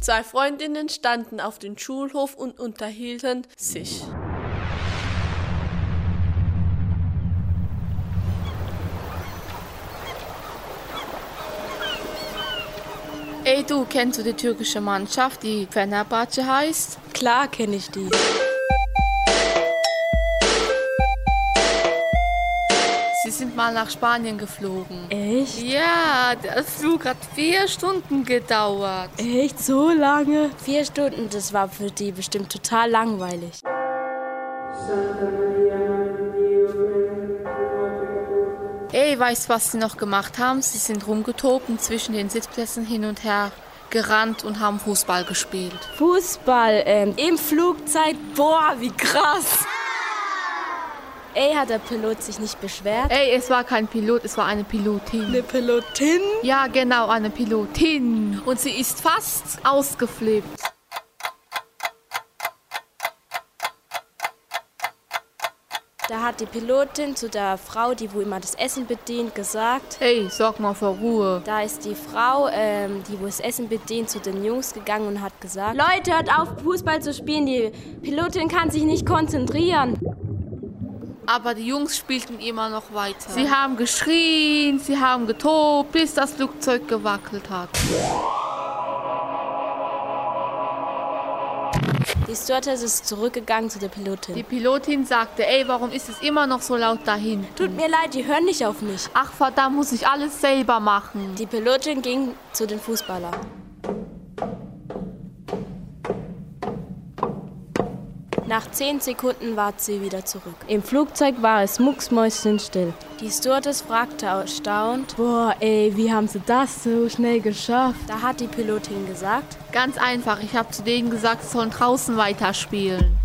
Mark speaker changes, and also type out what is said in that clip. Speaker 1: Zwei Freundinnen standen auf dem Schulhof und unterhielten sich.
Speaker 2: Ey, du kennst du die türkische Mannschaft, die Fenerbahce heißt?
Speaker 3: Klar kenne ich die.
Speaker 2: Sie sind mal nach Spanien geflogen.
Speaker 3: Echt?
Speaker 2: Ja, der Flug hat vier Stunden gedauert.
Speaker 3: Echt so lange? Vier Stunden, das war für die bestimmt total langweilig.
Speaker 2: Ey, weißt was sie noch gemacht haben? Sie sind rumgetobt und zwischen den Sitzplätzen hin und her gerannt und haben Fußball gespielt.
Speaker 3: Fußball ähm, im Flugzeit, boah, wie krass. Ey, hat der Pilot sich nicht beschwert?
Speaker 2: Ey, es war kein Pilot, es war eine Pilotin.
Speaker 3: Eine Pilotin?
Speaker 2: Ja, genau, eine Pilotin. Und sie ist fast ausgeflippt.
Speaker 3: Da hat die Pilotin zu der Frau, die wo immer das Essen bedient, gesagt,
Speaker 2: Ey, sorg mal für Ruhe.
Speaker 3: da ist die Frau, ähm, die wo das Essen bedient, zu den Jungs gegangen und hat gesagt, Leute, hört auf, Fußball zu spielen, die Pilotin kann sich nicht konzentrieren.
Speaker 2: Aber die Jungs spielten immer noch weiter. Sie haben geschrien, sie haben getobt, bis das Flugzeug gewackelt hat.
Speaker 3: Die Stewardess ist zurückgegangen zu der Pilotin.
Speaker 2: Die Pilotin sagte, ey, warum ist es immer noch so laut dahin?
Speaker 3: Tut mir leid, die hören nicht auf mich.
Speaker 2: Ach verdammt, muss ich alles selber machen.
Speaker 3: Die Pilotin ging zu den Fußballern. Nach zehn Sekunden war sie wieder zurück. Im Flugzeug war es mucksmäuschenstill. Die Stewardess fragte erstaunt, Boah, ey, wie haben sie das so schnell geschafft? Da hat die Pilotin gesagt,
Speaker 2: Ganz einfach, ich habe zu denen gesagt, sie sollen draußen weiterspielen.